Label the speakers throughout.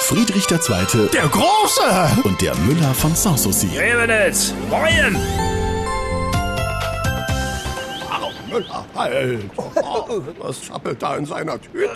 Speaker 1: Friedrich II.
Speaker 2: Der Große!
Speaker 1: und der Müller von Sanssouci.
Speaker 3: Revenitz, Reuen!
Speaker 2: Ach, Müller, halt! Oh, was zappelt da in seiner Tüte?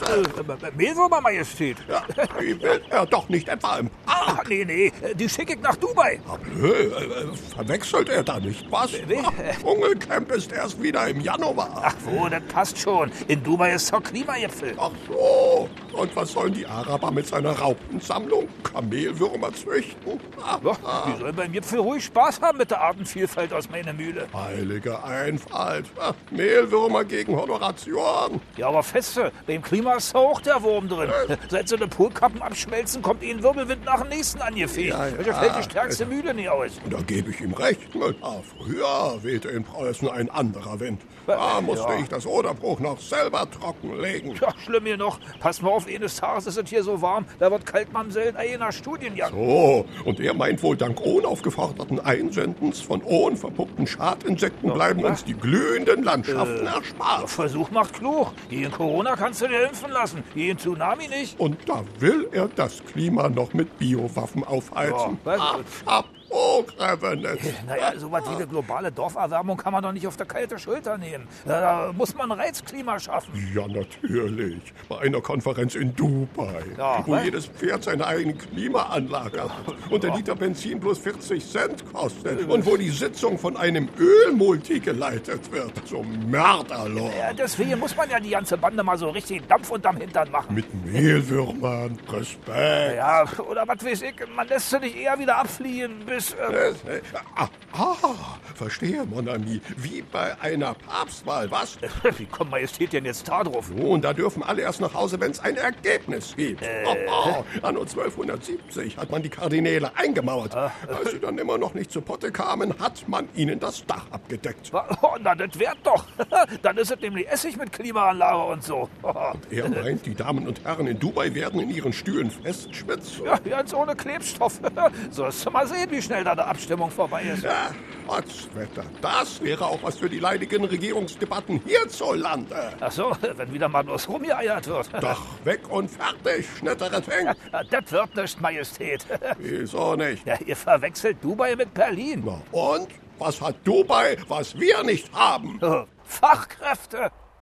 Speaker 3: Äh, Meso, Majestät.
Speaker 2: Ja, die will er doch nicht etwa im Park.
Speaker 3: Ach, Ah, nee, nee, die schicke ich nach Dubai.
Speaker 2: Blö, äh, verwechselt er da nicht was?
Speaker 3: wen?
Speaker 2: Ach, Dschungelcamp ist erst wieder im Januar.
Speaker 3: Ach wo, das passt schon. In Dubai ist doch Klimagipfel.
Speaker 2: Ach so. Und was sollen die Araber mit seiner Raupensammlung? Kamelwürmer züchten? Ach,
Speaker 3: Doch, die sollen beim Gipfel ruhig Spaß haben mit der Artenvielfalt aus meiner Mühle.
Speaker 2: heilige Einfalt. Ach, Mehlwürmer gegen Honoration.
Speaker 3: Ja, aber feste, beim Klima ist da auch der Wurm drin. Seit so eine Polkappen abschmelzen, kommt ihnen Wirbelwind nach dem nächsten angefegt.
Speaker 2: Ja,
Speaker 3: Ja,
Speaker 2: ja.
Speaker 3: Da fällt die stärkste Mühle nie aus.
Speaker 2: Da gebe ich ihm recht, Müller. Früher wehte in Preußen ein anderer Wind. Da musste ich das Oderbruch noch selber trockenlegen.
Speaker 3: Ja, schlimm hier noch. Pass mal auf, eines Tages ist es hier so warm, da wird Kaltmamsellen einer Studienjagd.
Speaker 2: Oh, und er meint wohl, dank unaufgeforderten Einsendens von unverpuppten Schadinsekten bleiben uns die glühenden
Speaker 3: Äh.
Speaker 2: Landschaften erspart.
Speaker 3: Versuch macht klug. Gegen Corona kannst du dir impfen lassen, gegen Tsunami nicht.
Speaker 2: Und da will er das Klima noch mit Biowaffen aufheizen.
Speaker 3: Ja, weiß Äh,
Speaker 2: ab, ab, oh, Grevenitz.
Speaker 3: Naja, sowas wie eine globale Dorferwärmung kann man doch nicht auf der kalte Schulter nehmen. Da da muss man ein Reizklima schaffen.
Speaker 2: Ja, natürlich. Bei einer Konferenz in Dubai,
Speaker 3: Ja,
Speaker 2: wo
Speaker 3: was?
Speaker 2: jedes Pferd seine eigene Klimaanlage hat und der Liter Benzin bloß 40 Cent kostet und wo die Sitzung von einem Ölmulti geleitet wird. So Mörderloch.
Speaker 3: Ja, deswegen muss man ja die ganze Bande mal so richtig Dampf unterm Hintern machen.
Speaker 2: Mit Mehlwürmern, Respekt.
Speaker 3: Ja, oder was weiß ich, man lässt sie nicht eher wieder abfliehen, bis... Äh,
Speaker 2: Äh, Ah, ah, verstehe, Mon ami. Wie bei einer Papstwahl, was?
Speaker 3: wie kommt Majestät denn jetzt da drauf?
Speaker 2: Oh, Und da dürfen alle erst nach Hause, wenn es ein Ergebnis gibt.
Speaker 3: Äh.
Speaker 2: Oh, oh, anno 1270 hat man die Kardinäle eingemauert.
Speaker 3: Ah.
Speaker 2: Als sie dann immer noch nicht zu Potte kamen, hat man ihnen das Dach abgedeckt.
Speaker 3: Oh, na, das wert doch. Dann ist es nämlich Essig mit Klimaanlage und so.
Speaker 2: Er meint, die Damen und Herren in Dubai werden in ihren Stühlen festschwitzen.
Speaker 3: Ja, ganz ohne Klebstoff. Sollst du mal sehen, wie schnell da eine Abstimmung vorbei ist.
Speaker 2: Ja, Potzwetter, das wäre auch was für die leidigen Regierungsdebatten hierzulande.
Speaker 3: Ach so, wenn wieder mal bloß rumgeeiert wird.
Speaker 2: Doch weg und fertig, schnittere Fink.
Speaker 3: Das wird nicht, Majestät.
Speaker 2: Wieso nicht?
Speaker 3: Ja, ihr verwechselt Dubai mit Berlin.
Speaker 2: Na und? Was hat Dubai, was wir nicht haben?
Speaker 3: Oh, Fachkräfte.